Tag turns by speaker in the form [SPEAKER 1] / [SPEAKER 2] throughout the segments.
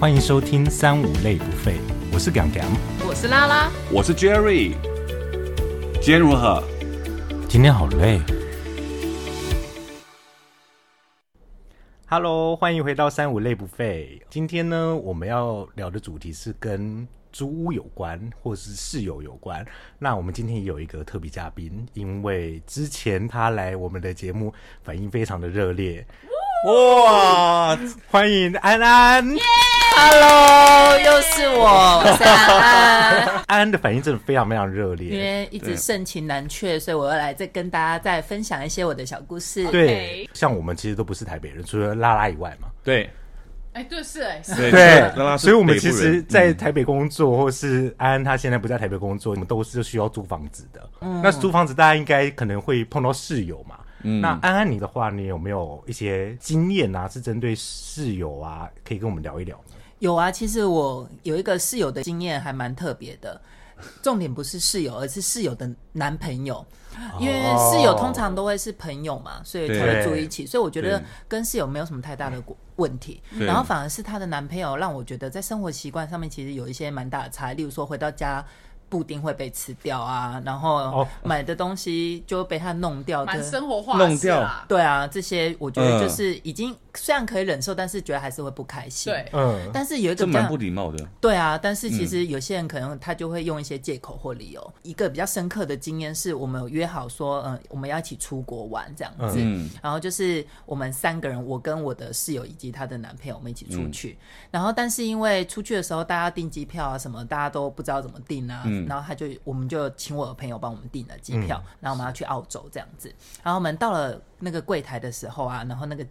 [SPEAKER 1] 欢迎收听三五类不废，我是 Gang Gang。
[SPEAKER 2] 我是拉拉，
[SPEAKER 3] 我是 Jerry。今天如何？
[SPEAKER 1] 今天好累。Hello，欢迎回到三五类不废。今天呢，我们要聊的主题是跟租屋有关，或是室友有关。那我们今天也有一个特别嘉宾，因为之前他来我们的节目，反应非常的热烈。
[SPEAKER 3] 哇，
[SPEAKER 1] 欢迎安安，
[SPEAKER 2] Hello，又是 我，我是安安。
[SPEAKER 1] 安安的反应真的非常非常热烈。
[SPEAKER 2] 因为一直盛情难却，所以我要来再跟大家再分享一些我的小故 事。
[SPEAKER 1] 对，像我们其实都不是台北人，除了拉拉以外嘛。
[SPEAKER 3] 对
[SPEAKER 4] 哎，对，是 哎，是
[SPEAKER 3] 对拉拉是
[SPEAKER 1] 所以我们
[SPEAKER 3] 北部
[SPEAKER 1] 其
[SPEAKER 3] 人
[SPEAKER 1] 实，在
[SPEAKER 3] 嗯
[SPEAKER 1] 台北工作，或是安安他现在不在台北工作，我们都是需要租房子的。那租房子大家应该可能会碰到室友嘛。
[SPEAKER 3] 嗯
[SPEAKER 1] 那安安你的话，你有没有一些经验啊？是针对室友啊，可以跟我们聊一聊呢
[SPEAKER 2] 有啊，其实我有一个室友的经验还蛮特别的，重点不是室友，而是室友的男朋友，因为室友通常都会是朋友嘛，所以才会住一起，所以我觉
[SPEAKER 3] 哦
[SPEAKER 2] 得
[SPEAKER 3] 对
[SPEAKER 2] 跟室友没有什么太大的问题。
[SPEAKER 3] 对
[SPEAKER 2] 然后反而是她的男朋友让我觉得在生活习惯上面其实有一些蛮大的差异，例如说回到家。布丁会被吃掉啊，然后
[SPEAKER 1] 哦
[SPEAKER 2] 买的东西就被他弄掉，
[SPEAKER 4] 蛮
[SPEAKER 2] 这
[SPEAKER 4] 生活化，
[SPEAKER 3] 弄
[SPEAKER 4] 是啦，
[SPEAKER 2] 对啊，这些我觉
[SPEAKER 3] 嗯
[SPEAKER 2] 得就是已经虽然可以忍受，但是觉得还是会不开心。
[SPEAKER 4] 对，
[SPEAKER 1] 嗯，
[SPEAKER 2] 但是有一个
[SPEAKER 3] 这
[SPEAKER 2] 比
[SPEAKER 3] 蛮
[SPEAKER 2] 较
[SPEAKER 3] 不礼貌的。
[SPEAKER 2] 对啊，但是其实有些人可能他就会用一些借口或理由。一个比较深刻的经验是我们有约好说，嗯、我们要一起出国玩这样子。
[SPEAKER 3] 嗯
[SPEAKER 2] 然后就是我们三个人，我跟我的室友以及她的男朋友，我们一起出去。然后但是因为出去的时候大家订机票啊什么，大家都不知道怎么订啊。然后他就我们就请我的朋友帮我们订了机票，然后我们要去澳洲这样子。然后我们到了那个柜台的时候啊，然后那个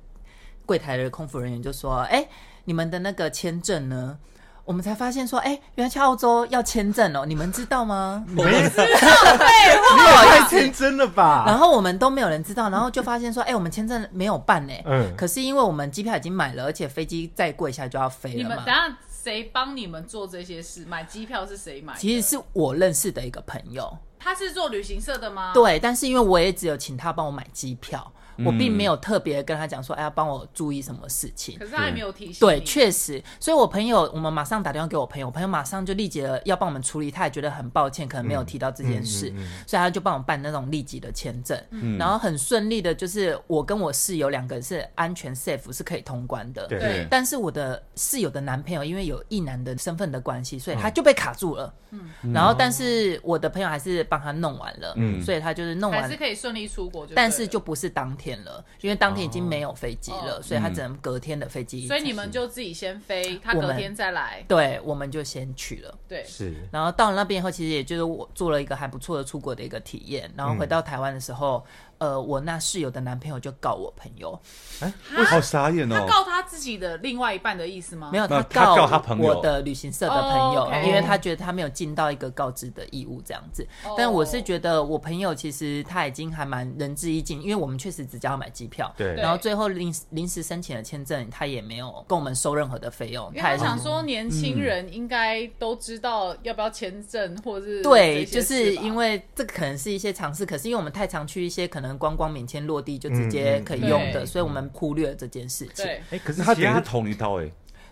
[SPEAKER 2] 柜台的空服人员就说：“哎、你们的那个签证呢？”我们才发现说，哎、原来去澳洲要签证哦，你们知道吗？
[SPEAKER 1] 没有， 太天真了
[SPEAKER 2] 然
[SPEAKER 1] 吧？
[SPEAKER 2] 后我们都没有人知道，然后就发现说，哎、我们签证没有办呢、
[SPEAKER 1] 嗯
[SPEAKER 2] 可是因为我们机票已经买了，而且飞机再过一下就要飞
[SPEAKER 4] 你
[SPEAKER 2] 了
[SPEAKER 4] 们
[SPEAKER 2] 嘛
[SPEAKER 4] 等。下谁帮你们做这些事？买机票是谁买的？
[SPEAKER 2] 其实是我认识的一个朋友，
[SPEAKER 4] 他是做旅行社的吗？，
[SPEAKER 2] 对，但是因为我也只有请他帮我买机票，我并没有特别跟他讲说，哎、要帮我注意什么事情
[SPEAKER 4] 可。是他也没有提醒你。
[SPEAKER 2] 对，确实，所以我朋友，我们马上打电话给我朋友，我朋友马上就立即的要帮我们处理，他也觉得很抱歉，可能
[SPEAKER 4] 嗯
[SPEAKER 2] 没有提到这件事，所以他就帮我办那种立即的签证，
[SPEAKER 4] 嗯
[SPEAKER 2] 然后很顺利的，就是我跟我室友两个人是安全 safe 是可以通关的，
[SPEAKER 1] 对
[SPEAKER 4] 对
[SPEAKER 2] 但是我的室友的男朋友因为有一男的身份的关系，所以他就被卡住了。嗯，然后但是我的朋友还是帮他弄完了，嗯，所以他就是弄
[SPEAKER 4] 还
[SPEAKER 2] 完
[SPEAKER 4] 是，可以顺利出国就对了，
[SPEAKER 2] 但是就不是当天了，因为当天已经没有飞机了，
[SPEAKER 4] 哦
[SPEAKER 2] 所以他只能隔天的飞机。
[SPEAKER 4] 所以你们就自己先飞，他
[SPEAKER 2] 我们
[SPEAKER 4] 隔天再来。
[SPEAKER 2] 对，我们就先去了。
[SPEAKER 4] 对，
[SPEAKER 1] 是，
[SPEAKER 2] 然后到了那边以后，其实也就是我做了一个还不错的出国的一个体验。然
[SPEAKER 3] 嗯
[SPEAKER 2] 后回到台湾的时候，呃，我那室友的男朋友就告我朋友，
[SPEAKER 3] 好傻眼哦
[SPEAKER 4] 他告他自己的另外一半的意思吗？
[SPEAKER 2] 哦没有，
[SPEAKER 3] 那他
[SPEAKER 2] 告
[SPEAKER 3] 告他朋友
[SPEAKER 2] 我的旅行社的朋友
[SPEAKER 4] 哦，OK
[SPEAKER 2] 因为他觉得他没有尽到一个告知的义务这样子。
[SPEAKER 4] 哦
[SPEAKER 2] 但我是觉得我朋友其实他已经还蛮仁至义尽，因为我们确实只叫他买机票，
[SPEAKER 1] 对
[SPEAKER 2] 然后最后临临时申请了签证，他也没有跟我们收任何的费用，
[SPEAKER 4] 因为他
[SPEAKER 2] 也是
[SPEAKER 4] 想说，年
[SPEAKER 2] 嗯
[SPEAKER 4] 轻人应该都知道要不要签证，或者是
[SPEAKER 2] 对，
[SPEAKER 4] 这些
[SPEAKER 2] 就
[SPEAKER 4] 事
[SPEAKER 2] 是
[SPEAKER 4] 吧
[SPEAKER 2] 因为这个可能是一些尝试，可是因为我们太常去一些可能观光免签落地就直接可以用
[SPEAKER 4] 嗯
[SPEAKER 2] 的，
[SPEAKER 4] 嗯
[SPEAKER 2] 所以我们忽略了这件事情，
[SPEAKER 4] 对
[SPEAKER 1] 哎，可是
[SPEAKER 3] 那他
[SPEAKER 1] 其
[SPEAKER 3] 等于
[SPEAKER 1] 他
[SPEAKER 3] 是捅你一刀哎，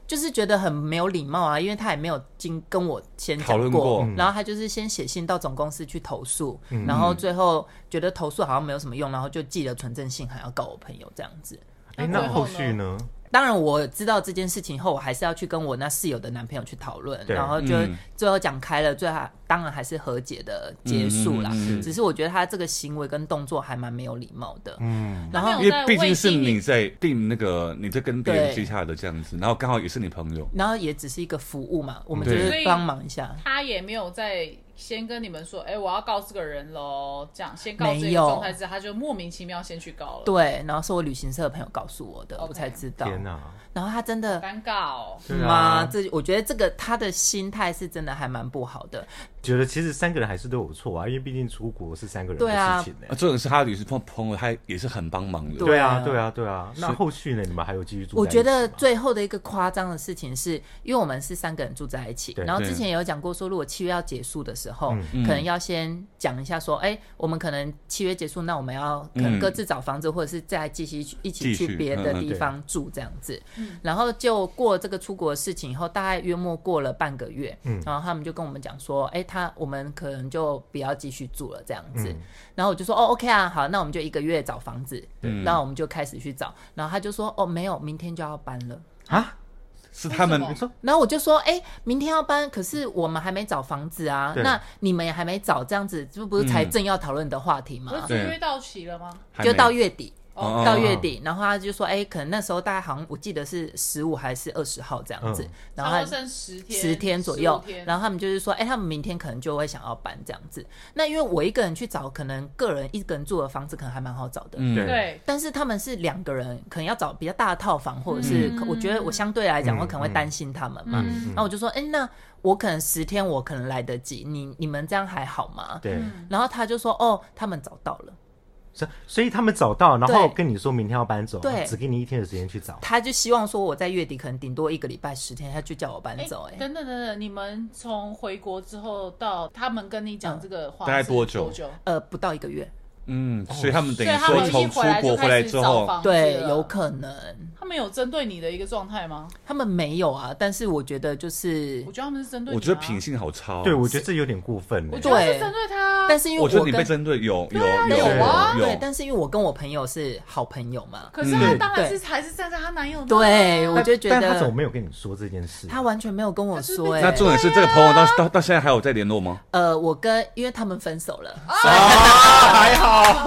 [SPEAKER 2] 就是觉得很没有礼貌啊，因为他也没有经跟我先
[SPEAKER 3] 讨
[SPEAKER 2] 讲
[SPEAKER 3] 论过
[SPEAKER 2] 然后他就是先写信到总公司去投诉，然后最后觉得投诉好像没有什么用，然后就寄了存证信函要告我朋友这样子。
[SPEAKER 1] 哎，
[SPEAKER 4] 那
[SPEAKER 1] 那
[SPEAKER 4] 最后
[SPEAKER 1] 后续呢？
[SPEAKER 2] 当然，我知道这件事情后，我还是要去跟我那室友的男朋友去讨论，
[SPEAKER 1] 对
[SPEAKER 2] 然后就
[SPEAKER 3] 嗯
[SPEAKER 2] 最后讲开了，最后当然还是和解的结束啦。
[SPEAKER 1] 嗯
[SPEAKER 2] 只是我觉得他这个行为跟动作还蛮没有礼貌的。嗯，然后
[SPEAKER 4] 他没
[SPEAKER 3] 因
[SPEAKER 4] 有
[SPEAKER 3] 为
[SPEAKER 4] 在
[SPEAKER 3] 毕竟
[SPEAKER 4] 未
[SPEAKER 3] 是
[SPEAKER 4] 经
[SPEAKER 3] 你在定那个，你在跟别人
[SPEAKER 2] 对
[SPEAKER 3] 接洽的这样子，然后刚好也是你朋友，
[SPEAKER 2] 然后也只是一个服务嘛，我们就
[SPEAKER 3] 对
[SPEAKER 2] 是
[SPEAKER 4] 所以
[SPEAKER 2] 帮忙一下。
[SPEAKER 4] 他也没有在先跟你们说，哎、我要告这个人喽，这样先告
[SPEAKER 2] 没
[SPEAKER 4] 这个
[SPEAKER 2] 有
[SPEAKER 4] 状态之下，他就莫名其妙先去告了，
[SPEAKER 2] 对，然后是我旅行社的朋友告诉我的
[SPEAKER 4] 哦 OK
[SPEAKER 2] 我才知道。
[SPEAKER 1] 天哪！
[SPEAKER 2] 然后他真的
[SPEAKER 4] 尴尬哦。
[SPEAKER 1] 对
[SPEAKER 2] 妈，
[SPEAKER 1] 啊，
[SPEAKER 2] 这我觉得这个他的心态是真的还蛮不好的。
[SPEAKER 1] 觉得其实三个人还是都有错啊，因为毕竟出国是三个人
[SPEAKER 2] 对啊
[SPEAKER 1] 的事情呢
[SPEAKER 3] 啊，。重点是他的女朋朋友，他也是很帮忙的，
[SPEAKER 2] 对
[SPEAKER 1] 对
[SPEAKER 2] 啊
[SPEAKER 1] 啊，对啊，对啊。那后续呢？你们还有继续住在
[SPEAKER 2] 我
[SPEAKER 1] 一起吗？
[SPEAKER 2] 觉得最后的一个夸张的事情是，因为我们是三个人住在一起，
[SPEAKER 1] 对嗯
[SPEAKER 2] 然后之
[SPEAKER 3] 对嗯
[SPEAKER 2] 前也有讲过说，如果契约要结束的时候，可能要先讲一下说，哎、我们可能契约结束，那我们要可
[SPEAKER 3] 嗯
[SPEAKER 2] 能各自找房子，或者是再继续一起
[SPEAKER 3] 继续
[SPEAKER 2] 去别的
[SPEAKER 3] 嗯嗯
[SPEAKER 2] 地方住这样样子。
[SPEAKER 4] 嗯
[SPEAKER 2] 然后就过这个出国的事情以后，大概约莫过了半个月，
[SPEAKER 3] 嗯
[SPEAKER 2] 然后他们就跟我们讲说，哎、他我们可能就不要继续住了这样子。
[SPEAKER 3] 嗯
[SPEAKER 2] 然后我就说，哦，OK 啊，好，那我们就一个月找房子，然后我们就开始去找。然后他就说，哦，没有，明天就要搬了。
[SPEAKER 1] 啊，
[SPEAKER 3] 是他们
[SPEAKER 4] 为什么
[SPEAKER 2] 然后我就说，哎、明天要搬，可是我们还没找房子啊，
[SPEAKER 1] 对
[SPEAKER 2] 那你们也还没找，这样子这不是才
[SPEAKER 3] 嗯
[SPEAKER 2] 正要讨论的话题吗
[SPEAKER 4] 不？是租约到期了吗？
[SPEAKER 3] 还
[SPEAKER 2] 就
[SPEAKER 3] 没
[SPEAKER 2] 到月底。
[SPEAKER 3] 哦
[SPEAKER 2] 到月
[SPEAKER 1] 嗯
[SPEAKER 2] 底，然后他就说，哎、可能那时候大概好像我记得是十五还是二十号这样子，
[SPEAKER 1] 嗯
[SPEAKER 2] 然后
[SPEAKER 4] 差
[SPEAKER 2] 他
[SPEAKER 4] 不多剩十天，
[SPEAKER 2] 十天左右
[SPEAKER 4] 15天，
[SPEAKER 2] 然后他们就是说，哎、他们明天可能就会想要搬这样子。那因为我一个人去找，可能个人一个人住的房子可能还蛮好找的，
[SPEAKER 3] 嗯
[SPEAKER 1] 对
[SPEAKER 4] 对，
[SPEAKER 2] 但是他们是两个人，可能要找比较大的套房，或者是、可我觉得我相对来讲，
[SPEAKER 1] 嗯
[SPEAKER 2] 我可能会担心他们嘛。
[SPEAKER 1] 嗯
[SPEAKER 2] 然后我就说，哎、那我可能十天我可能来得及，你你们这样还好吗？
[SPEAKER 1] 对，
[SPEAKER 2] 然后他就说，哦，他们找到了，
[SPEAKER 1] 所以所以他们找到，然后
[SPEAKER 2] 对
[SPEAKER 1] 跟你说明天要搬走，
[SPEAKER 2] 对
[SPEAKER 1] 只给你一天的时间去找。
[SPEAKER 2] 他就希望说我在月底可能顶多一个礼拜十天，他就叫我搬
[SPEAKER 4] 哎
[SPEAKER 2] 走、哎、
[SPEAKER 4] 等等等等，你们从回国之后到他们跟你讲这个话，
[SPEAKER 3] 嗯大概多久
[SPEAKER 4] 久？
[SPEAKER 2] 呃，不到一个月，
[SPEAKER 3] 嗯，所以他们
[SPEAKER 4] 所
[SPEAKER 3] 等于
[SPEAKER 4] 以他们
[SPEAKER 3] 说
[SPEAKER 4] 一
[SPEAKER 3] 从
[SPEAKER 4] 回
[SPEAKER 3] 出
[SPEAKER 4] 来
[SPEAKER 3] 国
[SPEAKER 4] 就
[SPEAKER 3] 回
[SPEAKER 4] 开
[SPEAKER 3] 来
[SPEAKER 4] 始
[SPEAKER 3] 之
[SPEAKER 4] 找
[SPEAKER 3] 后，
[SPEAKER 4] 房子
[SPEAKER 2] 对，
[SPEAKER 4] 了
[SPEAKER 2] 有可能。
[SPEAKER 4] 他们有针对你的一个状态吗？
[SPEAKER 2] 他们没有啊，但是我觉得就是
[SPEAKER 4] 我，觉得他们是针对你啊，
[SPEAKER 3] 我觉得品性好差哦。
[SPEAKER 1] 对，我觉得这有点过分
[SPEAKER 4] 我
[SPEAKER 1] 了。
[SPEAKER 4] 觉得
[SPEAKER 2] 对
[SPEAKER 4] 是针对他，
[SPEAKER 2] 但
[SPEAKER 4] 是
[SPEAKER 2] 是因为
[SPEAKER 3] 我觉得
[SPEAKER 2] 我
[SPEAKER 3] 你被
[SPEAKER 2] 跟
[SPEAKER 3] 针对有有
[SPEAKER 1] 对
[SPEAKER 3] 有
[SPEAKER 1] 有啊
[SPEAKER 2] 对，
[SPEAKER 3] 有，
[SPEAKER 2] 但是因为我跟我朋友是好朋友嘛，
[SPEAKER 4] 可是他
[SPEAKER 1] 嗯
[SPEAKER 4] 当然是还是站在她男友那啊
[SPEAKER 2] 对我
[SPEAKER 1] 但
[SPEAKER 2] 就觉得
[SPEAKER 1] 但他怎么没有跟你说这件事？
[SPEAKER 2] 他完全没有跟我说、
[SPEAKER 4] 对
[SPEAKER 3] 嗯那
[SPEAKER 2] 哎，
[SPEAKER 3] 重点是这个朋友到到到现在还有在联络吗？
[SPEAKER 2] 呃，我跟因为他们分手了，
[SPEAKER 1] 还好，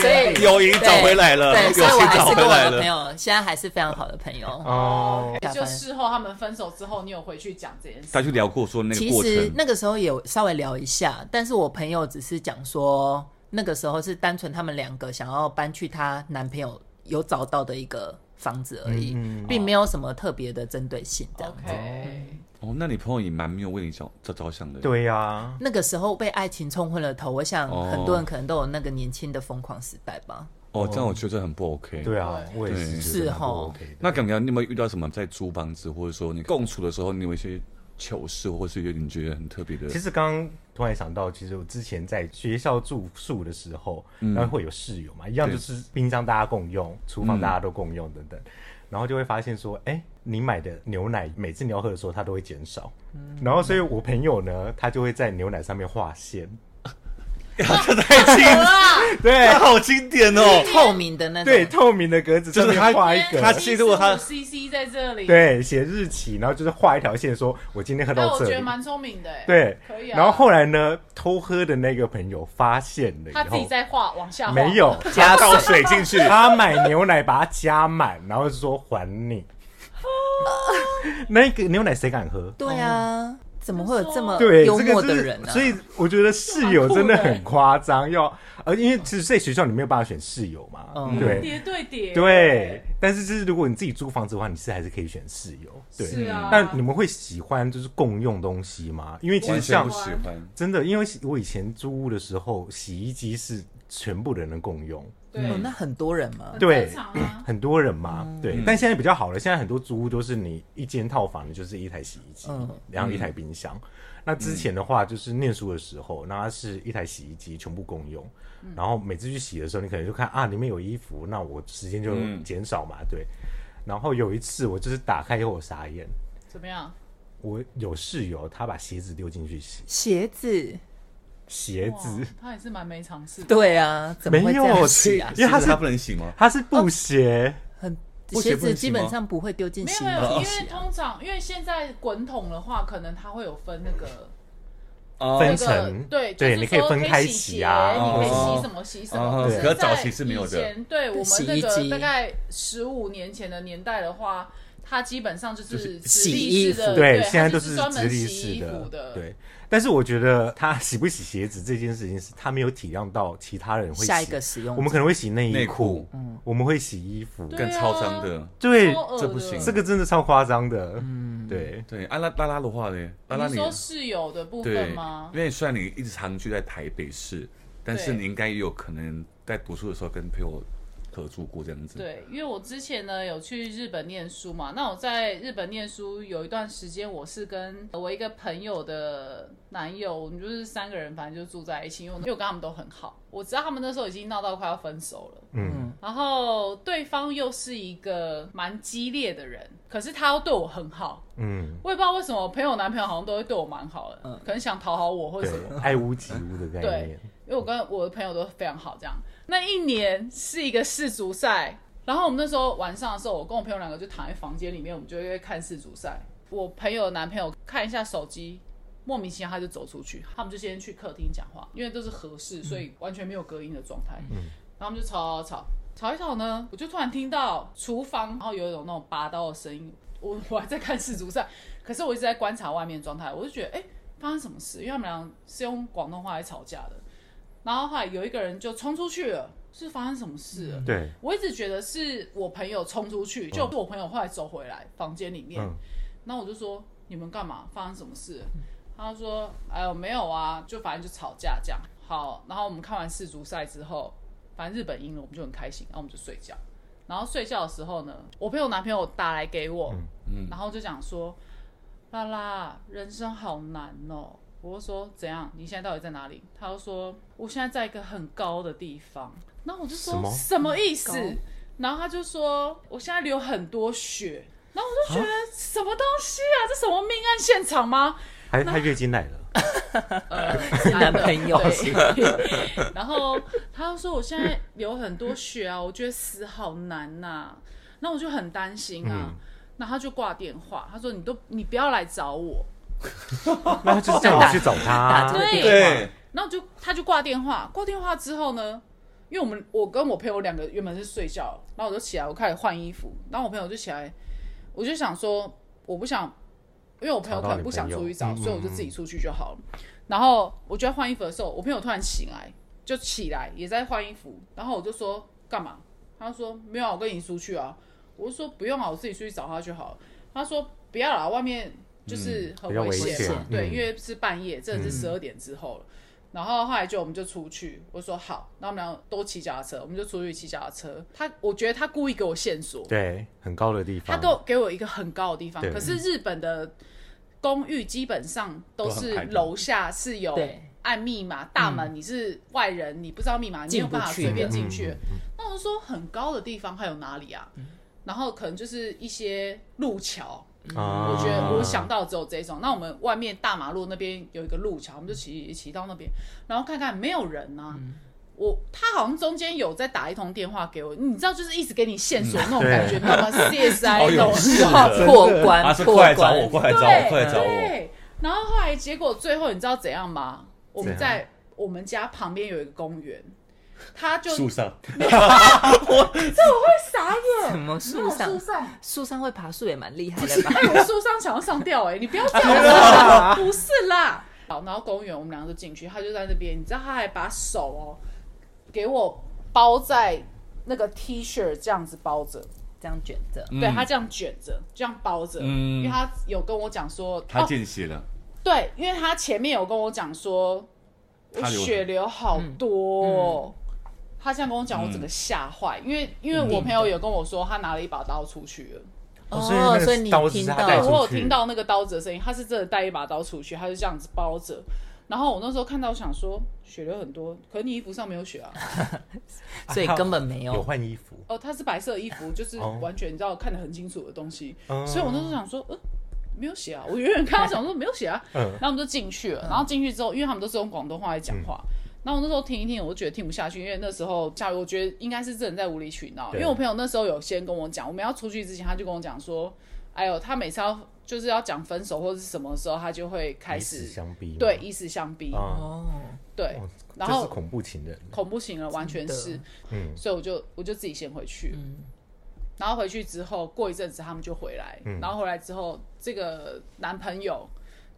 [SPEAKER 2] 所 以
[SPEAKER 3] 友谊找回来了，
[SPEAKER 2] 对，
[SPEAKER 3] 友
[SPEAKER 2] 所以我
[SPEAKER 3] 情
[SPEAKER 2] 还
[SPEAKER 3] 找
[SPEAKER 2] 是
[SPEAKER 3] 回
[SPEAKER 2] 跟我
[SPEAKER 3] 来
[SPEAKER 2] 的朋
[SPEAKER 3] 了。
[SPEAKER 2] 友，现在还是非常好的朋友。
[SPEAKER 1] 哦，
[SPEAKER 4] 也就事后他们分手之后，你有回去讲这件
[SPEAKER 3] 他
[SPEAKER 4] 事？
[SPEAKER 3] 去聊过说那个
[SPEAKER 2] 其
[SPEAKER 3] 过
[SPEAKER 2] 实
[SPEAKER 3] 程，
[SPEAKER 2] 那个时候有稍微聊一下，但是我朋友只是讲说，那个时候是单纯他们两个想要搬去她男朋友有找到的一个房子而已，
[SPEAKER 1] 嗯嗯
[SPEAKER 2] 并没有什么特别的针对性这样子。
[SPEAKER 4] OK，
[SPEAKER 3] 哦，那你朋友也蛮没有为你着着着想的。，
[SPEAKER 1] 对啊呀，
[SPEAKER 2] 那个时候被爱情冲昏了头，我想
[SPEAKER 3] 哦
[SPEAKER 2] 很多人可能都有那个年轻的疯狂时代吧。
[SPEAKER 3] 哦，这样我觉得很不 OK。
[SPEAKER 1] 对啊，我也是
[SPEAKER 3] 对
[SPEAKER 1] 觉得
[SPEAKER 2] 是
[SPEAKER 1] 蛮不
[SPEAKER 2] 吼
[SPEAKER 1] OK 的。
[SPEAKER 3] 那感觉你有没有遇到什么在租房子，或者说你共处的时候，你有一些糗事，或是有点觉得很特别的？
[SPEAKER 1] 其实刚刚突然想到，其实我之前在学校住宿的时候，
[SPEAKER 3] 嗯
[SPEAKER 1] 然后会有室友嘛，一样就是冰箱大家共用，厨房大家都共用等等，然后就会发现说，哎、你买的牛奶每次你要喝的时候，它都会减少。
[SPEAKER 3] 嗯
[SPEAKER 1] 然后，所以我朋友呢，他就会在牛奶上面画 线，
[SPEAKER 3] 这太经典，
[SPEAKER 1] 对
[SPEAKER 3] 这好经典哦！
[SPEAKER 2] 透明的那种，
[SPEAKER 1] 对，透明的格子上面画一个，
[SPEAKER 3] 他记录他
[SPEAKER 4] CC 在这里，，
[SPEAKER 1] 对写日期，然后就是画一条线，说我今天喝
[SPEAKER 4] 那
[SPEAKER 1] 到
[SPEAKER 4] 我
[SPEAKER 1] 这
[SPEAKER 4] 觉得
[SPEAKER 1] 里。
[SPEAKER 4] 蛮聪明的，哎，
[SPEAKER 1] 对，
[SPEAKER 4] 可以啊。
[SPEAKER 1] 然后后来呢，偷喝的那个朋友发现了以后，
[SPEAKER 4] 他自己在画往下画，
[SPEAKER 1] 没有，
[SPEAKER 3] 加倒水进去，
[SPEAKER 1] 他买牛奶把它加满，然后就说还你。那个牛奶谁敢喝？
[SPEAKER 2] 对啊，怎么会有这么
[SPEAKER 1] 对，
[SPEAKER 2] 幽
[SPEAKER 1] 这个
[SPEAKER 2] 默
[SPEAKER 1] 是
[SPEAKER 2] 的人呢、啊
[SPEAKER 1] 所以我觉得室友真的很夸张，要呃，因为其实在学校你没有办法选室友嘛，
[SPEAKER 2] 嗯
[SPEAKER 1] 对
[SPEAKER 4] 叠对叠，
[SPEAKER 1] 对。但是就是如果你自己租房子的话，你是还是可以选室友，对。
[SPEAKER 4] 是啊。
[SPEAKER 1] 但你们会喜欢就是共用东西吗？因为其实
[SPEAKER 3] 完全
[SPEAKER 1] 像
[SPEAKER 3] 不喜欢。
[SPEAKER 1] 真的，因为我以前租屋的时们洗衣机是全部的人共用，
[SPEAKER 4] 对
[SPEAKER 2] 哦，那很多人嘛，
[SPEAKER 1] 嗯对
[SPEAKER 4] 正常啊
[SPEAKER 1] 很多人嘛，对。但现在比较好了，现在很多租屋都是你一间套房，你就是一台洗衣机，
[SPEAKER 2] 嗯
[SPEAKER 1] 然后一台冰箱。那之前的话，就是念书的时候，那它是一台洗衣机全部共用，然后每次去洗的时候，你可能就看啊，里面有衣服，那我时间就
[SPEAKER 3] 嗯
[SPEAKER 1] 减少嘛，对。然后有一次，我就是打开以后我傻眼，
[SPEAKER 4] 怎么样？
[SPEAKER 1] 我有室友他把鞋子丢进去洗，
[SPEAKER 2] 鞋子，
[SPEAKER 1] 鞋
[SPEAKER 4] 哇
[SPEAKER 1] 子
[SPEAKER 4] 他也是蛮没尝试的。
[SPEAKER 2] 对啊，怎么会这
[SPEAKER 1] 没
[SPEAKER 2] 样
[SPEAKER 1] 有
[SPEAKER 2] 洗啊？
[SPEAKER 1] 因为他是
[SPEAKER 3] 他不能洗吗？
[SPEAKER 1] 他是布鞋，
[SPEAKER 2] 很
[SPEAKER 3] 不
[SPEAKER 2] 鞋
[SPEAKER 3] 鞋不
[SPEAKER 2] 子
[SPEAKER 3] 能洗吗
[SPEAKER 2] 基本上不会丢进
[SPEAKER 4] 没有
[SPEAKER 2] 洗
[SPEAKER 4] 没
[SPEAKER 2] 衣
[SPEAKER 4] 有，
[SPEAKER 2] 机
[SPEAKER 4] 因为
[SPEAKER 2] 洗啊。
[SPEAKER 4] 通常因为现在滚筒的话，可能它会有分那个
[SPEAKER 3] 哦
[SPEAKER 1] 分
[SPEAKER 4] 那个
[SPEAKER 1] 层对
[SPEAKER 4] 对就是
[SPEAKER 1] 你可
[SPEAKER 4] 说
[SPEAKER 1] 以
[SPEAKER 4] 可
[SPEAKER 1] 分开洗
[SPEAKER 4] 洗
[SPEAKER 1] 啊
[SPEAKER 4] 鞋你可以
[SPEAKER 3] 哦
[SPEAKER 4] 洗什么洗什么。
[SPEAKER 3] 哦
[SPEAKER 4] 是
[SPEAKER 1] 可
[SPEAKER 3] 是早期
[SPEAKER 4] 在
[SPEAKER 3] 是没有的
[SPEAKER 4] 以前对我们那
[SPEAKER 2] 洗衣
[SPEAKER 4] 个
[SPEAKER 2] 机
[SPEAKER 4] 大概十五年前的年代的话，它基本上就
[SPEAKER 3] 就是
[SPEAKER 4] 是
[SPEAKER 2] 洗
[SPEAKER 4] 直
[SPEAKER 2] 衣
[SPEAKER 4] 立式
[SPEAKER 2] 服
[SPEAKER 4] 的，
[SPEAKER 1] 对，
[SPEAKER 4] 它
[SPEAKER 1] 现在都
[SPEAKER 4] 就是专
[SPEAKER 1] 直
[SPEAKER 4] 门
[SPEAKER 1] 立
[SPEAKER 4] 洗
[SPEAKER 1] 式
[SPEAKER 4] 衣服的。
[SPEAKER 1] 对。但是我觉得他洗不洗鞋子这件事情，是他没有体谅到其他人会洗
[SPEAKER 2] 下一个使用者
[SPEAKER 1] 我们可能会洗内衣
[SPEAKER 3] 内
[SPEAKER 1] 裤
[SPEAKER 3] 裤，
[SPEAKER 1] 嗯，我们会洗衣服，
[SPEAKER 4] 对
[SPEAKER 3] 更超张的。
[SPEAKER 1] 对，
[SPEAKER 4] 超恶
[SPEAKER 3] 哎这
[SPEAKER 4] 的
[SPEAKER 3] 不行
[SPEAKER 1] 这个真的超夸张的，嗯，对，
[SPEAKER 3] 对，阿拉拉拉的话呢？拉拉
[SPEAKER 4] 你说室友的部
[SPEAKER 3] 对
[SPEAKER 4] 分吗，？
[SPEAKER 3] 因为虽然你一直长居在台北市，但是
[SPEAKER 4] 对
[SPEAKER 3] 你应该也有可能在读书的时候跟朋友合住过这样子。
[SPEAKER 4] 对，因为我之前呢有去日本念书嘛，那我在日本念书有一段时间，我是跟我一个朋友的男友，我们就是三个人，反正就住在一起，因为我因为我跟他们都很好。我知道他们那时候已经闹到快要分手了，
[SPEAKER 1] 嗯，
[SPEAKER 4] 然后对方又是一个蛮激烈的人，可是他又对我很好，
[SPEAKER 1] 嗯，
[SPEAKER 4] 我也不知道为什么，朋友男朋友好像都会对我蛮好的，可能想讨好我或者什么。
[SPEAKER 1] 对，爱屋及乌的概念，
[SPEAKER 4] 因为我跟我的朋友都非常好，这样。那一年是一个世足赛，然后我们那时候晚上的时候，我跟我朋友两个就躺在房间里面，我们就会看世足赛。我朋友的男朋友看一下手机，莫名其妙他就走出去，他们就先去客厅讲话，因为都是合适，所以完全没有隔音的状态。嗯，然后我们就吵吵吵吵一吵呢，我就突然听到厨房，然后有一种那种拔刀的声音。我我还在看世足赛， 可是我一直在观察外面的状态，我就觉得哎、诶发生什么事？因为他们俩是用广东话来吵架的。然后后来有一个人就冲出去了，是发生什么事了？
[SPEAKER 1] 对，
[SPEAKER 4] 我一直觉得是我朋友冲出去，就我朋友后来走回来房间里面，
[SPEAKER 1] 嗯
[SPEAKER 4] 然后我就说你们干嘛？发生什么事了？他就说哎呦没有啊，就反正就吵架这样。好，然后我们看完世足赛之后，反正日本赢了，我们就很开心，然后我们就睡觉。然后睡觉的时候呢，我朋友男朋友打来给我，
[SPEAKER 1] 嗯
[SPEAKER 4] 然后就讲说，拉拉，人生好难哦。我就说怎样？你现在到底在哪里？他就说我现在在一个很高的地方。然后我就说
[SPEAKER 1] 什么
[SPEAKER 4] 什么意思
[SPEAKER 2] 高？
[SPEAKER 4] 然后他就说我现在流很多血。然后我就觉得什么东西啊？这什么命案现场吗？
[SPEAKER 1] 还他月经来了，
[SPEAKER 2] 是男朋友，
[SPEAKER 4] 呃 对 然后他就说我现在流很多血啊，我觉得死好难呐、那我就很担心啊。然后他就挂电话，他说你都你不要来找我。
[SPEAKER 1] 那他就是叫你去找他
[SPEAKER 2] 打
[SPEAKER 1] 啊
[SPEAKER 2] 这，个
[SPEAKER 4] 哦对
[SPEAKER 2] 电
[SPEAKER 4] 然后就他就挂电话，挂电话之后呢，因为我们我跟我朋友两个原本是睡觉，然后我就起来，我开始换衣服，然后我朋友就起来，我就想说我不想，因为我朋友可能不想出去找，
[SPEAKER 1] 吵到你朋友嗯
[SPEAKER 4] 所以我就自己出去就好了。然后我就在换衣服的时候，我朋友突然醒来，就起来也在换衣服，然后我就说干嘛？他就说没有啊，我跟你出去啊。我就说不用啊，我自己出去找他就好了。他说不要啦，外面就是很
[SPEAKER 1] 嗯比较危
[SPEAKER 4] 险
[SPEAKER 1] 险
[SPEAKER 4] 嘛，对，
[SPEAKER 1] 嗯
[SPEAKER 4] 因为是半夜，真的是十二点之后了。然后后来就我们就出去，我说好，那我们俩都骑脚踏车，我们就出去骑脚踏车。他我觉得他故意给我线索，
[SPEAKER 1] 对，很高的地
[SPEAKER 4] 他
[SPEAKER 1] 方，
[SPEAKER 4] 给我给我一个很高的地方
[SPEAKER 1] 对，
[SPEAKER 4] 可是日本的公寓基本上都
[SPEAKER 3] 都
[SPEAKER 4] 是
[SPEAKER 3] 很矮的
[SPEAKER 4] 楼下是有
[SPEAKER 2] 对
[SPEAKER 4] 按密码，大门你是外人，你不知道密码，你没
[SPEAKER 2] 进
[SPEAKER 4] 有
[SPEAKER 2] 不去的
[SPEAKER 4] 办法随便进
[SPEAKER 1] 嗯
[SPEAKER 4] 去。那我就说很高的地方还有哪里啊？
[SPEAKER 2] 嗯
[SPEAKER 4] 然后可能就是一些路桥，
[SPEAKER 1] 啊，
[SPEAKER 4] 我觉得我想到只有这一种。那我们外面大马路那边有一个路桥，我们就骑骑到那边，然后看看没有人啊。我他好像中间有在打一通电话给我，你知道，就是一直给你线索那种感觉，
[SPEAKER 1] 对
[SPEAKER 4] 你知道吗？CSI 那
[SPEAKER 3] 好嗯哦有
[SPEAKER 4] 种
[SPEAKER 3] 事
[SPEAKER 4] 哇
[SPEAKER 3] 的
[SPEAKER 2] 破
[SPEAKER 3] 他
[SPEAKER 2] 关
[SPEAKER 3] 说
[SPEAKER 2] 破
[SPEAKER 3] 过来找我，
[SPEAKER 2] 关，
[SPEAKER 3] 过来找我，过来找我。
[SPEAKER 4] 对，然后后来结果最后你知道怎样吗？我们
[SPEAKER 1] 怎样
[SPEAKER 4] 在我们家旁边有一个公园，他就
[SPEAKER 3] 树上，
[SPEAKER 4] 傻眼，
[SPEAKER 2] 什么
[SPEAKER 4] 没有
[SPEAKER 2] 树
[SPEAKER 4] 树
[SPEAKER 2] 上
[SPEAKER 4] 上，
[SPEAKER 2] 树上会爬树也蛮厉害的 吧？
[SPEAKER 4] 哎，我树上想要上吊哎、你不要这样子
[SPEAKER 3] 啊
[SPEAKER 4] 啦，不是啦。好，然后公园我们两个就进去，他就在那边，你知道他还把手哦给我包在那个 T 恤这样子包着，
[SPEAKER 2] 这样卷着，
[SPEAKER 4] 对他这样卷着，这样包着，
[SPEAKER 3] 嗯
[SPEAKER 4] 因为他有跟我讲说，
[SPEAKER 3] 他
[SPEAKER 4] 哦
[SPEAKER 3] 见血了，
[SPEAKER 4] 对，因为他前面有跟我讲说，我
[SPEAKER 3] 他流
[SPEAKER 4] 血流好多、哦他这样跟我讲，我整
[SPEAKER 3] 嗯
[SPEAKER 4] 个吓坏、因为因为我朋友有跟我说，他拿了一把刀出去了。
[SPEAKER 1] 哦所以那个
[SPEAKER 2] 所以你
[SPEAKER 1] 刀子
[SPEAKER 2] 听
[SPEAKER 1] 是他
[SPEAKER 2] 到
[SPEAKER 1] 带
[SPEAKER 4] 对
[SPEAKER 1] 出去
[SPEAKER 2] 了
[SPEAKER 4] 嗯我有听到那个刀子的声音，他是真的带一把刀出去，他就这样子包着。然后我那时候看到，我想说血流很多，可你衣服上没有血啊。
[SPEAKER 2] 所以根本没
[SPEAKER 1] 有
[SPEAKER 2] 有。
[SPEAKER 1] 换衣服，
[SPEAKER 4] 哦，他是白色衣服， 就是
[SPEAKER 1] 哦
[SPEAKER 4] 完全你知道看得很清楚的东西。
[SPEAKER 1] 嗯
[SPEAKER 4] 所以我那时候想说，呃，没有写啊，我远远看他想说没有写啊，
[SPEAKER 1] 嗯嗯
[SPEAKER 4] 然后我们就进去了，然后进去之后，因为他们都是用广东话来讲话。然后我那时候听一听，我就觉得听不下去，因为那时候下雨，我觉得应该是真的在无理取闹。因
[SPEAKER 1] 对
[SPEAKER 4] 为我朋友那时候有先跟我讲，我们要出去之前，他就跟我讲说，哎呦，他每次要就是要讲分手或者是什么时候，他就会开
[SPEAKER 1] 以死
[SPEAKER 4] 始
[SPEAKER 1] 相逼嘛，
[SPEAKER 4] 对以死相逼，
[SPEAKER 1] 啊，
[SPEAKER 2] 哦，
[SPEAKER 4] 对，
[SPEAKER 1] 哦
[SPEAKER 4] 然
[SPEAKER 1] 这
[SPEAKER 4] 后
[SPEAKER 1] 是恐怖情人，
[SPEAKER 4] 恐怖情人完全是
[SPEAKER 2] 真的，嗯
[SPEAKER 1] 嗯
[SPEAKER 4] 所以我就我就自己先回去，然后回去之后过一阵子他们就回来，
[SPEAKER 3] 嗯
[SPEAKER 4] 然后回来之后这个男朋友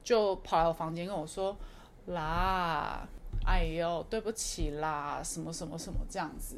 [SPEAKER 4] 就跑来我房间跟我说啦，哎呦对不起啦，什么什么什么这样子，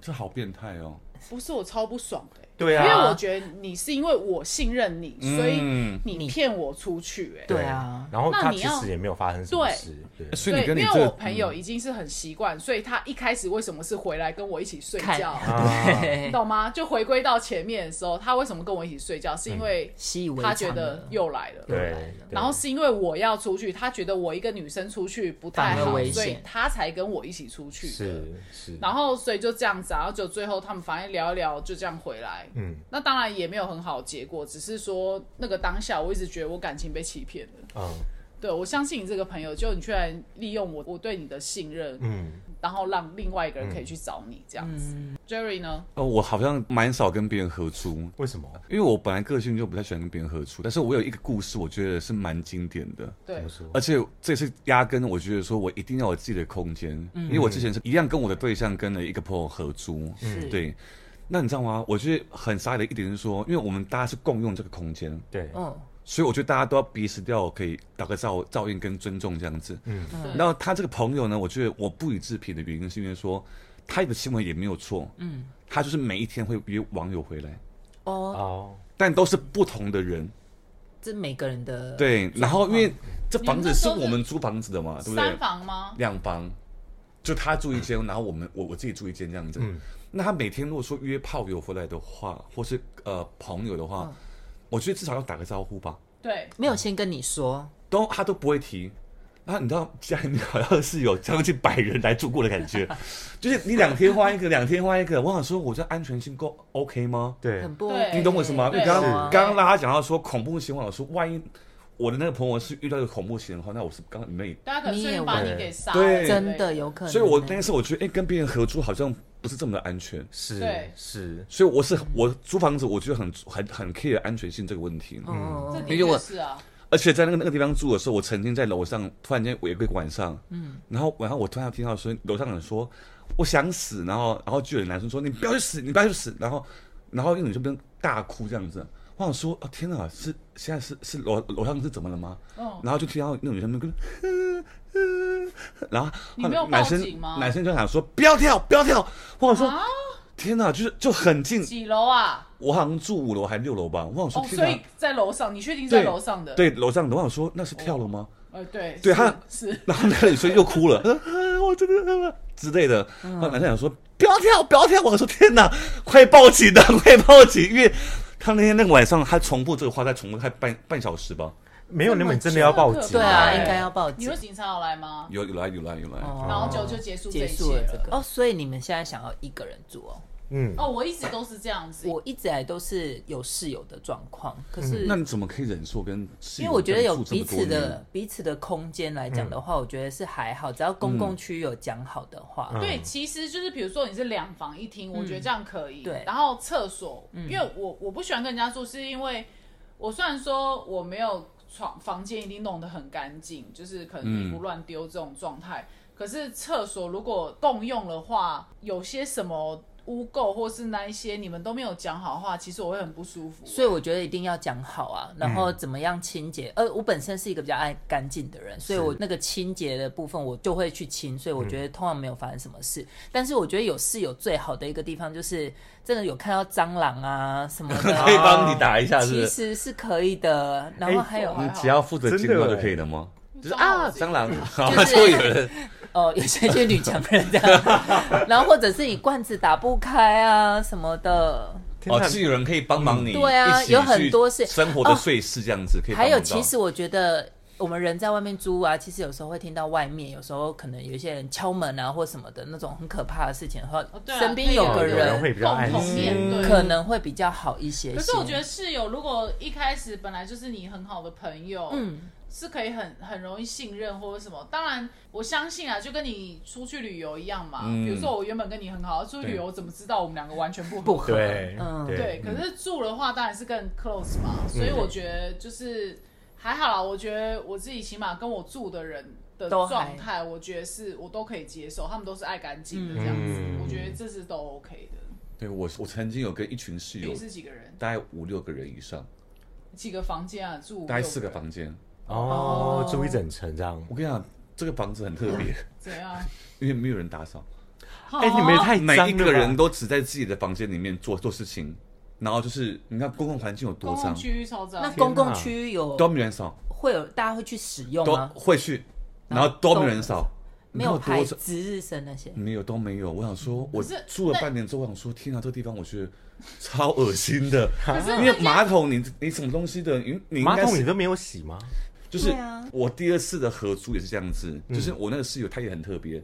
[SPEAKER 3] 这好变态哦。
[SPEAKER 4] 不是我超不爽的欸、
[SPEAKER 1] 对啊
[SPEAKER 4] 因为我觉得你是因为我信任你，所以
[SPEAKER 3] 嗯
[SPEAKER 4] 你骗我出去、欸，哎，
[SPEAKER 2] 对啊
[SPEAKER 1] 然后
[SPEAKER 4] 那
[SPEAKER 1] 他
[SPEAKER 4] 你
[SPEAKER 1] 其
[SPEAKER 4] 要呃
[SPEAKER 1] 实也没有发生什么事，对，
[SPEAKER 3] 哎所以你跟你
[SPEAKER 4] 因
[SPEAKER 3] 这
[SPEAKER 4] 为我朋友已经是很习惯，所以他一开始为什么是回来跟我一起睡觉，
[SPEAKER 1] 啊
[SPEAKER 4] 你
[SPEAKER 2] 对，
[SPEAKER 4] 懂吗？就回归到前面的时候，他为什么跟我一起睡觉，是因为
[SPEAKER 2] 习以为
[SPEAKER 4] 他
[SPEAKER 2] 常
[SPEAKER 4] 觉得
[SPEAKER 2] 了
[SPEAKER 4] 又来了。
[SPEAKER 1] 嗯对
[SPEAKER 2] 又来了，
[SPEAKER 4] 然后是因为我要出去，他觉得我一个女生出去不太
[SPEAKER 2] 反而
[SPEAKER 4] 好
[SPEAKER 2] 危，险
[SPEAKER 4] 所以他才跟我一起出去
[SPEAKER 1] 对
[SPEAKER 4] 的。
[SPEAKER 1] 是是，
[SPEAKER 4] 然后所以就这样子啊，然后就最后他们反正聊一聊，就这样回来。
[SPEAKER 1] 嗯，
[SPEAKER 4] 那当然也没有很好的结果，只是说那个当下我一直觉得我感情被欺骗了。
[SPEAKER 1] 嗯
[SPEAKER 4] 对我相信你这个朋友，就你居然利用我我对你的信任，
[SPEAKER 1] 嗯，
[SPEAKER 4] 然后让另外一个人可以去找你这样子。Jerry 呢？
[SPEAKER 3] 哦，我好像蛮少跟别人合租，
[SPEAKER 1] 为什么？
[SPEAKER 3] 因为我本来个性就不太喜欢跟别人合租，但是我有一个故事，我觉得是蛮经典的。
[SPEAKER 4] 对
[SPEAKER 1] 怎么，说？
[SPEAKER 4] 呃
[SPEAKER 3] 而且这是压根，我觉得说我一定要有自己的空间，
[SPEAKER 4] 嗯
[SPEAKER 3] 因为我之前是一样跟我的对象跟了一个朋友合租，
[SPEAKER 2] 是
[SPEAKER 3] 对。那你知道吗？我觉得很傻的一点是说，因为我们大家是共用这个空间，
[SPEAKER 1] 对，
[SPEAKER 2] 嗯，
[SPEAKER 3] 所以我觉得大家都要彼此都要可以打个照照应跟尊重这样子。嗯，然后他这个朋友呢，我觉得我不予置评的原因是因为说他的行为也没有错，嗯，他就是每一天会约网友回来，
[SPEAKER 2] 哦，
[SPEAKER 1] 哦，
[SPEAKER 3] 但都是不同的人，
[SPEAKER 2] 这每个人的
[SPEAKER 3] 对。然后因为这房
[SPEAKER 4] 嗯你们
[SPEAKER 3] 子
[SPEAKER 4] 那
[SPEAKER 3] 是
[SPEAKER 4] 时候是
[SPEAKER 3] 我们租房子的嘛，对不对
[SPEAKER 4] 三？房吗？
[SPEAKER 3] 两房，就他住一间，然后我们我我自己住一间这样子。那他每天如果说约炮友回来的话，或是呃朋友的话，
[SPEAKER 4] 嗯
[SPEAKER 3] 我觉得至少要打个招呼吧。
[SPEAKER 4] 对，
[SPEAKER 2] 没有先跟你说，
[SPEAKER 3] 都他都不会提。然后你知道家里面好像是有将近百人来住过的感 觉，就是你两天换一个，两天换一个。我想说，我这安全性够 OK 吗？
[SPEAKER 1] 对
[SPEAKER 2] 很，不哦
[SPEAKER 4] 对
[SPEAKER 3] 你懂我意思吗？
[SPEAKER 4] 哎
[SPEAKER 3] 因
[SPEAKER 4] 对
[SPEAKER 3] 为刚
[SPEAKER 2] 是
[SPEAKER 3] 刚刚刚大家讲到说恐怖情况，我说万一我的那个朋友是遇到一个恐怖情人的话，那我是刚刚没。
[SPEAKER 4] 大家可能
[SPEAKER 2] 你也
[SPEAKER 4] 先把
[SPEAKER 1] 会
[SPEAKER 4] 你给杀了之类
[SPEAKER 3] 对
[SPEAKER 4] 的，
[SPEAKER 2] 真的有可能欸，
[SPEAKER 3] 所以我那时候我觉得，哎、跟别人合租好像不是这么的安全。
[SPEAKER 1] 是
[SPEAKER 4] 对
[SPEAKER 1] 是，
[SPEAKER 3] 所以我是我租房子，我觉得很很很 care 安全性这个问题。
[SPEAKER 2] 哦，
[SPEAKER 4] 这
[SPEAKER 2] 嗯
[SPEAKER 4] 的
[SPEAKER 3] 因为
[SPEAKER 4] 确
[SPEAKER 3] 我
[SPEAKER 4] 是啊，
[SPEAKER 3] 而且在那个那个地方住的时候，我曾经在楼上突然间有一个晚上，嗯，然后晚上我突然听到说楼上有人说我想死，然后然后就有男生说你不要去死，你不要去死，然后然后那个女生边大哭这样子，我想说哦天哪，是现在是是楼楼上是怎么了吗？
[SPEAKER 4] 嗯，
[SPEAKER 3] 然后就听到那个女生跟， 然后
[SPEAKER 4] 你没有
[SPEAKER 3] 男
[SPEAKER 4] 报警
[SPEAKER 3] 生
[SPEAKER 4] 吗
[SPEAKER 3] 男生就想说不要跳不要跳，我想说、
[SPEAKER 4] 啊
[SPEAKER 3] 天哪，就是就很近，
[SPEAKER 4] 几楼啊？
[SPEAKER 3] 我好像住五楼还是六楼吧，我想
[SPEAKER 4] 哦，
[SPEAKER 3] 说
[SPEAKER 4] 所
[SPEAKER 3] 天
[SPEAKER 4] 以
[SPEAKER 3] 哪，
[SPEAKER 4] 在楼上，你确定是在
[SPEAKER 3] 对
[SPEAKER 4] 楼上的？，
[SPEAKER 3] 对楼上的，我想说那是跳楼吗？
[SPEAKER 4] 呃，对，
[SPEAKER 3] 对
[SPEAKER 4] 是
[SPEAKER 3] 他
[SPEAKER 4] 是
[SPEAKER 3] 然后那个女生又哭了， 呃啊我真的、啊、之类的。
[SPEAKER 2] 嗯
[SPEAKER 3] 然后男生想说不要跳，不要跳，我说天哪，快报警的，快报警！因为他那天那个晚上，他重复这个话，再重复快半半小时吧。
[SPEAKER 1] 没有那么真的要报
[SPEAKER 4] 这么
[SPEAKER 1] 警，
[SPEAKER 4] 可
[SPEAKER 2] 对啊，
[SPEAKER 4] 对
[SPEAKER 2] 应该要报
[SPEAKER 4] 你
[SPEAKER 2] 警
[SPEAKER 4] 说。警察有来吗？
[SPEAKER 3] 有有来有来有来，
[SPEAKER 4] 然
[SPEAKER 2] 哦，
[SPEAKER 4] 后就就结束这
[SPEAKER 2] 结
[SPEAKER 4] 一
[SPEAKER 2] 束
[SPEAKER 4] 切
[SPEAKER 2] 了这个哦，所以你们现在想要一个人住哦？
[SPEAKER 1] 嗯，
[SPEAKER 4] 哦，我一直都是这样子，
[SPEAKER 2] 我一直以来都是有室友的状况，可是
[SPEAKER 3] 那你怎么可以忍受跟室
[SPEAKER 2] 因
[SPEAKER 3] 友
[SPEAKER 2] 为我觉得有
[SPEAKER 3] 住这
[SPEAKER 2] 彼
[SPEAKER 3] 么多
[SPEAKER 2] 此
[SPEAKER 3] 年
[SPEAKER 2] 的彼此的空间来讲的话，我觉得是还好，只要公共区有讲好的话，
[SPEAKER 1] 嗯
[SPEAKER 4] 对，其实就是比如说你是两房一厅，我觉得这样可以。
[SPEAKER 2] 嗯对嗯
[SPEAKER 4] 然后厕所，因为我我不喜欢跟人家住，是因为我虽然说我没有床房间一定弄得很干净，就是可能衣服乱丢这种状态，可是厕所如果共用的话，有些什么污垢或是那一些你们都没有讲好的话，其实我会很不舒服。
[SPEAKER 2] 所以我觉得一定要讲好啊，然后怎么样清洁。呃，我本身是一个比较爱干净的人，所以我那个清洁的部分我就会去清，所以我觉得通常没有发生什么事。但是我觉得有室友最好的一个地方就是真的有看到蟑螂啊什么
[SPEAKER 3] 可以
[SPEAKER 2] 的，
[SPEAKER 3] 帮你打一下，是不
[SPEAKER 2] 其
[SPEAKER 3] 啊是？
[SPEAKER 2] 实哦是可以的。然后还有、
[SPEAKER 4] 哎
[SPEAKER 3] 你只要负责经过
[SPEAKER 1] 真的
[SPEAKER 3] 就可以了吗？就是
[SPEAKER 4] 蟑
[SPEAKER 3] 啊，
[SPEAKER 4] 螂
[SPEAKER 3] 蟑螂，然
[SPEAKER 2] 就
[SPEAKER 3] 后
[SPEAKER 2] 是
[SPEAKER 3] 就有人
[SPEAKER 2] 哦，有些就是女强人这样，然后或者是你罐子打不开啊什么的，
[SPEAKER 1] 天
[SPEAKER 3] 哦，
[SPEAKER 1] 哪
[SPEAKER 3] 是有人可以帮忙你，
[SPEAKER 2] 对啊
[SPEAKER 3] 一起去
[SPEAKER 2] 有很多是
[SPEAKER 3] 生活的碎事这样子，可以帮
[SPEAKER 2] 还
[SPEAKER 3] 忙到。
[SPEAKER 2] 有，其实我觉得我们人在外面租啊，其实有时候会听到外面，有时候可能有一些人敲门啊或什么的那种很可怕的事情，然后
[SPEAKER 4] 对啊
[SPEAKER 2] 身边有
[SPEAKER 1] 可
[SPEAKER 2] 个
[SPEAKER 1] 以有人会比较
[SPEAKER 4] 共
[SPEAKER 1] 安
[SPEAKER 4] 同
[SPEAKER 1] 心
[SPEAKER 4] 面对，
[SPEAKER 2] 可能会比较好一些些。
[SPEAKER 4] 可是我觉得室友如果一开始本来就是你很好的朋友，嗯，是可以很很容易信任或者什么。当然，我相信啊，就跟你出去旅游一样嘛。
[SPEAKER 3] 嗯
[SPEAKER 4] 比如说我原本跟你很好，出去旅游我怎么知道我们两个完全不合
[SPEAKER 2] 不合
[SPEAKER 1] 对，
[SPEAKER 2] 嗯
[SPEAKER 4] 对，可是住的话当然是更 close 嘛，所以我觉得就是还好啦。我觉得嗯我自己起码跟我住的人的
[SPEAKER 2] 都还
[SPEAKER 4] 状态，我觉得是我都可以接受，他们都是爱干净的这样子，
[SPEAKER 1] 嗯
[SPEAKER 4] 我觉得这是都 OK 的。
[SPEAKER 3] 对我我曾经有跟一群室友
[SPEAKER 4] 你，是几个人？
[SPEAKER 3] 大概五六个人以上，
[SPEAKER 4] 几个房间啊？住
[SPEAKER 3] 大概
[SPEAKER 4] 六
[SPEAKER 3] 四个
[SPEAKER 4] 人
[SPEAKER 3] 房间。
[SPEAKER 1] 哦，住一整层这样
[SPEAKER 4] 哦
[SPEAKER 3] 我跟你讲，这个房子很特别，
[SPEAKER 4] 怎样？
[SPEAKER 3] 因为没有人打扫，
[SPEAKER 1] 哎、你们也太
[SPEAKER 3] 每一
[SPEAKER 1] 脏了
[SPEAKER 3] 个
[SPEAKER 1] 吧
[SPEAKER 3] 人都只在自己的房间里面做做事情，然后就是你看公共环境有多
[SPEAKER 4] 公
[SPEAKER 3] 脏
[SPEAKER 4] 共，区域超脏
[SPEAKER 2] 那。公共区域有
[SPEAKER 3] 都没人扫，
[SPEAKER 2] 会有大家会去使用
[SPEAKER 3] 都
[SPEAKER 2] 吗？
[SPEAKER 3] 会去，然
[SPEAKER 2] 后
[SPEAKER 3] 后都
[SPEAKER 2] 都
[SPEAKER 3] 没人扫，
[SPEAKER 2] 没有
[SPEAKER 3] 你看
[SPEAKER 2] 排
[SPEAKER 3] 多嗯脏
[SPEAKER 2] 值日生那些，
[SPEAKER 3] 没有都没有。我想说，我
[SPEAKER 4] 是
[SPEAKER 3] 住了
[SPEAKER 4] 那
[SPEAKER 3] 半年之后，我想说，天啊，这个地方我觉得超恶心的。
[SPEAKER 4] 是
[SPEAKER 3] 因为马桶你，你什么东西的，你你应
[SPEAKER 1] 马
[SPEAKER 3] 该
[SPEAKER 1] 桶你
[SPEAKER 3] 是
[SPEAKER 1] 都没有洗吗？
[SPEAKER 3] 就是
[SPEAKER 2] 对啊
[SPEAKER 3] 我第二次的合租也是这样子，
[SPEAKER 1] 嗯
[SPEAKER 3] 就是我那个室友他也很特别，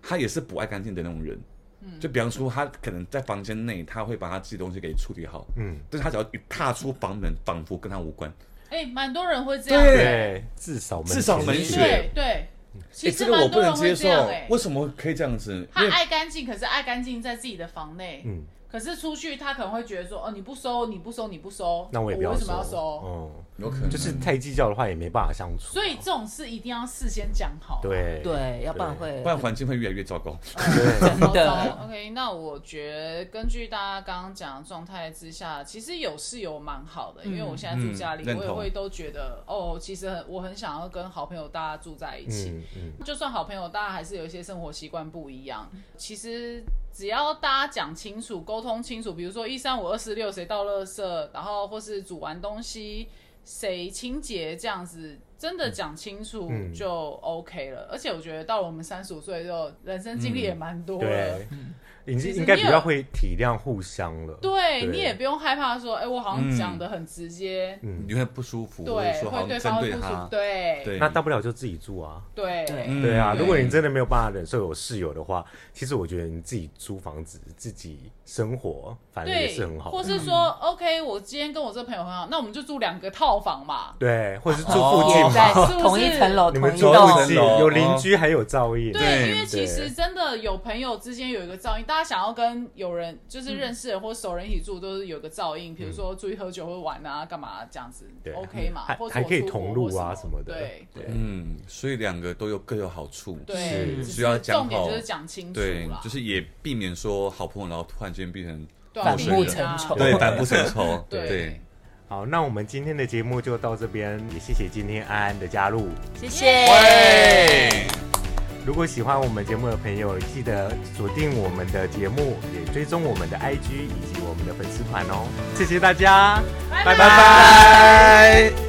[SPEAKER 3] 他也是不爱干净的那种人。
[SPEAKER 4] 嗯
[SPEAKER 3] 就比方说，他可能在房间内，他会把他自己的东西给处理好，嗯，但是他只要一踏出房门，仿佛跟他无关。
[SPEAKER 4] 哎，蛮多人会这样。
[SPEAKER 3] 对
[SPEAKER 1] 对，至少门
[SPEAKER 3] 至少门
[SPEAKER 1] 前
[SPEAKER 3] 前
[SPEAKER 4] 对对，其
[SPEAKER 3] 诶
[SPEAKER 4] 实
[SPEAKER 3] 这个我
[SPEAKER 4] 蛮
[SPEAKER 3] 不
[SPEAKER 4] 多
[SPEAKER 3] 能
[SPEAKER 4] 人
[SPEAKER 3] 接
[SPEAKER 4] 会
[SPEAKER 3] 受
[SPEAKER 4] 这样哎，。
[SPEAKER 3] 为什么可以这样子？因
[SPEAKER 4] 他
[SPEAKER 3] 为
[SPEAKER 4] 爱干净，可是爱干净在自己的房内。
[SPEAKER 1] 嗯
[SPEAKER 4] 可是出去他可能会觉得说，哦，你不收，你不收，你不收，
[SPEAKER 1] 那我也不
[SPEAKER 4] 为
[SPEAKER 1] 要
[SPEAKER 4] 什么要收？
[SPEAKER 1] 收，
[SPEAKER 3] 有可
[SPEAKER 1] 嗯，
[SPEAKER 3] 能
[SPEAKER 1] 就是太计较的话也没办法相处。
[SPEAKER 4] 所以这种事一定要事先讲好。
[SPEAKER 1] 对
[SPEAKER 2] 对，要不然
[SPEAKER 1] 嗯
[SPEAKER 2] 会
[SPEAKER 3] 不然环境会越来越糟糕。
[SPEAKER 1] 对，
[SPEAKER 2] 真的。
[SPEAKER 4] 的。OK，那我觉得根据大家刚刚讲的状态之下，其实有室友蛮好的，因为我现在住家里，
[SPEAKER 3] 嗯
[SPEAKER 4] 我也
[SPEAKER 3] 认同
[SPEAKER 4] 会都觉得哦，其实很我很想要跟好朋友大家住在一起。
[SPEAKER 1] 嗯嗯，
[SPEAKER 4] 就算好朋友，大家还是有一些生活习惯不一样。其实只要大家讲清楚、沟通清楚，比如说一三五二四六谁倒垃圾，然后或是煮完东西谁清洁这样子，真的讲清楚
[SPEAKER 1] 嗯
[SPEAKER 4] 就 OK 了。而且我觉得到了我们三十五岁之后，人生经历也蛮多了。嗯
[SPEAKER 1] 对，已
[SPEAKER 4] 其
[SPEAKER 1] 经
[SPEAKER 4] 实
[SPEAKER 1] 应该
[SPEAKER 4] 你
[SPEAKER 1] 比
[SPEAKER 4] 有
[SPEAKER 1] 较会体谅互相了。
[SPEAKER 4] 对
[SPEAKER 1] 对
[SPEAKER 4] 你也不用害怕说，哎、我好像讲的很直接，
[SPEAKER 1] 嗯
[SPEAKER 3] 你会不舒服，或者
[SPEAKER 4] 对，
[SPEAKER 3] 嗯说好
[SPEAKER 4] 会
[SPEAKER 3] 像
[SPEAKER 4] 对方会
[SPEAKER 3] 针对
[SPEAKER 4] 不舒服
[SPEAKER 3] 他，，
[SPEAKER 4] 对
[SPEAKER 3] 对，
[SPEAKER 1] 那大不了就自己住啊。
[SPEAKER 4] 对
[SPEAKER 2] 对
[SPEAKER 3] 嗯
[SPEAKER 1] 对啊，
[SPEAKER 4] 对
[SPEAKER 1] 如果你真的没有办法忍受有室友的话，其实我觉得你自己租房子、自己生活，反正也是很好
[SPEAKER 4] 或
[SPEAKER 1] 的。
[SPEAKER 4] 是说、o k 我今天跟我这朋友很好，那我们就住两个套房嘛。
[SPEAKER 1] 对，或者是住
[SPEAKER 3] 哦
[SPEAKER 1] 附
[SPEAKER 2] 也
[SPEAKER 1] 近
[SPEAKER 2] 在
[SPEAKER 1] 嘛，
[SPEAKER 4] 是不是
[SPEAKER 2] 同一层楼，
[SPEAKER 1] 你
[SPEAKER 2] 同
[SPEAKER 1] 们
[SPEAKER 2] 一
[SPEAKER 1] 住
[SPEAKER 2] 栋
[SPEAKER 1] 附近
[SPEAKER 3] 哦
[SPEAKER 1] 有邻居还有噪音。
[SPEAKER 4] 对，
[SPEAKER 3] 对
[SPEAKER 4] 因为其实
[SPEAKER 1] 对
[SPEAKER 4] 真的有朋友之间有一个噪音，大家想要跟有人就是认识人或熟人一起住，都是有个噪音，比如说出去喝酒、会玩啊、干嘛这样子嗯
[SPEAKER 1] 对
[SPEAKER 4] ，OK 嘛？
[SPEAKER 1] 还
[SPEAKER 4] 或者
[SPEAKER 1] 还
[SPEAKER 4] 我
[SPEAKER 1] 可以
[SPEAKER 4] 出国
[SPEAKER 1] 同路啊
[SPEAKER 4] 或
[SPEAKER 1] 什么的
[SPEAKER 4] 对
[SPEAKER 3] 嗯，所以两个都有各有好处，
[SPEAKER 4] 对，
[SPEAKER 1] 是
[SPEAKER 4] 只
[SPEAKER 3] 需要
[SPEAKER 4] 是
[SPEAKER 3] 讲
[SPEAKER 4] 重点
[SPEAKER 3] 好
[SPEAKER 4] 就是讲清楚
[SPEAKER 3] 对
[SPEAKER 4] 啦，，
[SPEAKER 3] 就是也避免说好朋友，然后突然间 变成
[SPEAKER 4] 对啊
[SPEAKER 2] 反
[SPEAKER 3] 陌生
[SPEAKER 2] 目
[SPEAKER 3] 人，
[SPEAKER 2] 成仇。
[SPEAKER 3] 对，反目成仇，
[SPEAKER 4] 对
[SPEAKER 3] 对，
[SPEAKER 1] 好，那我们今天的节目就到这边，也谢谢今天安安的加入。
[SPEAKER 2] 谢谢。
[SPEAKER 3] 喂，
[SPEAKER 1] 如果喜欢我们节目的朋友，记得锁定我们的节目，也追踪我们的 IG 以及我们的粉丝团哦。谢谢大家，拜拜
[SPEAKER 3] 拜拜。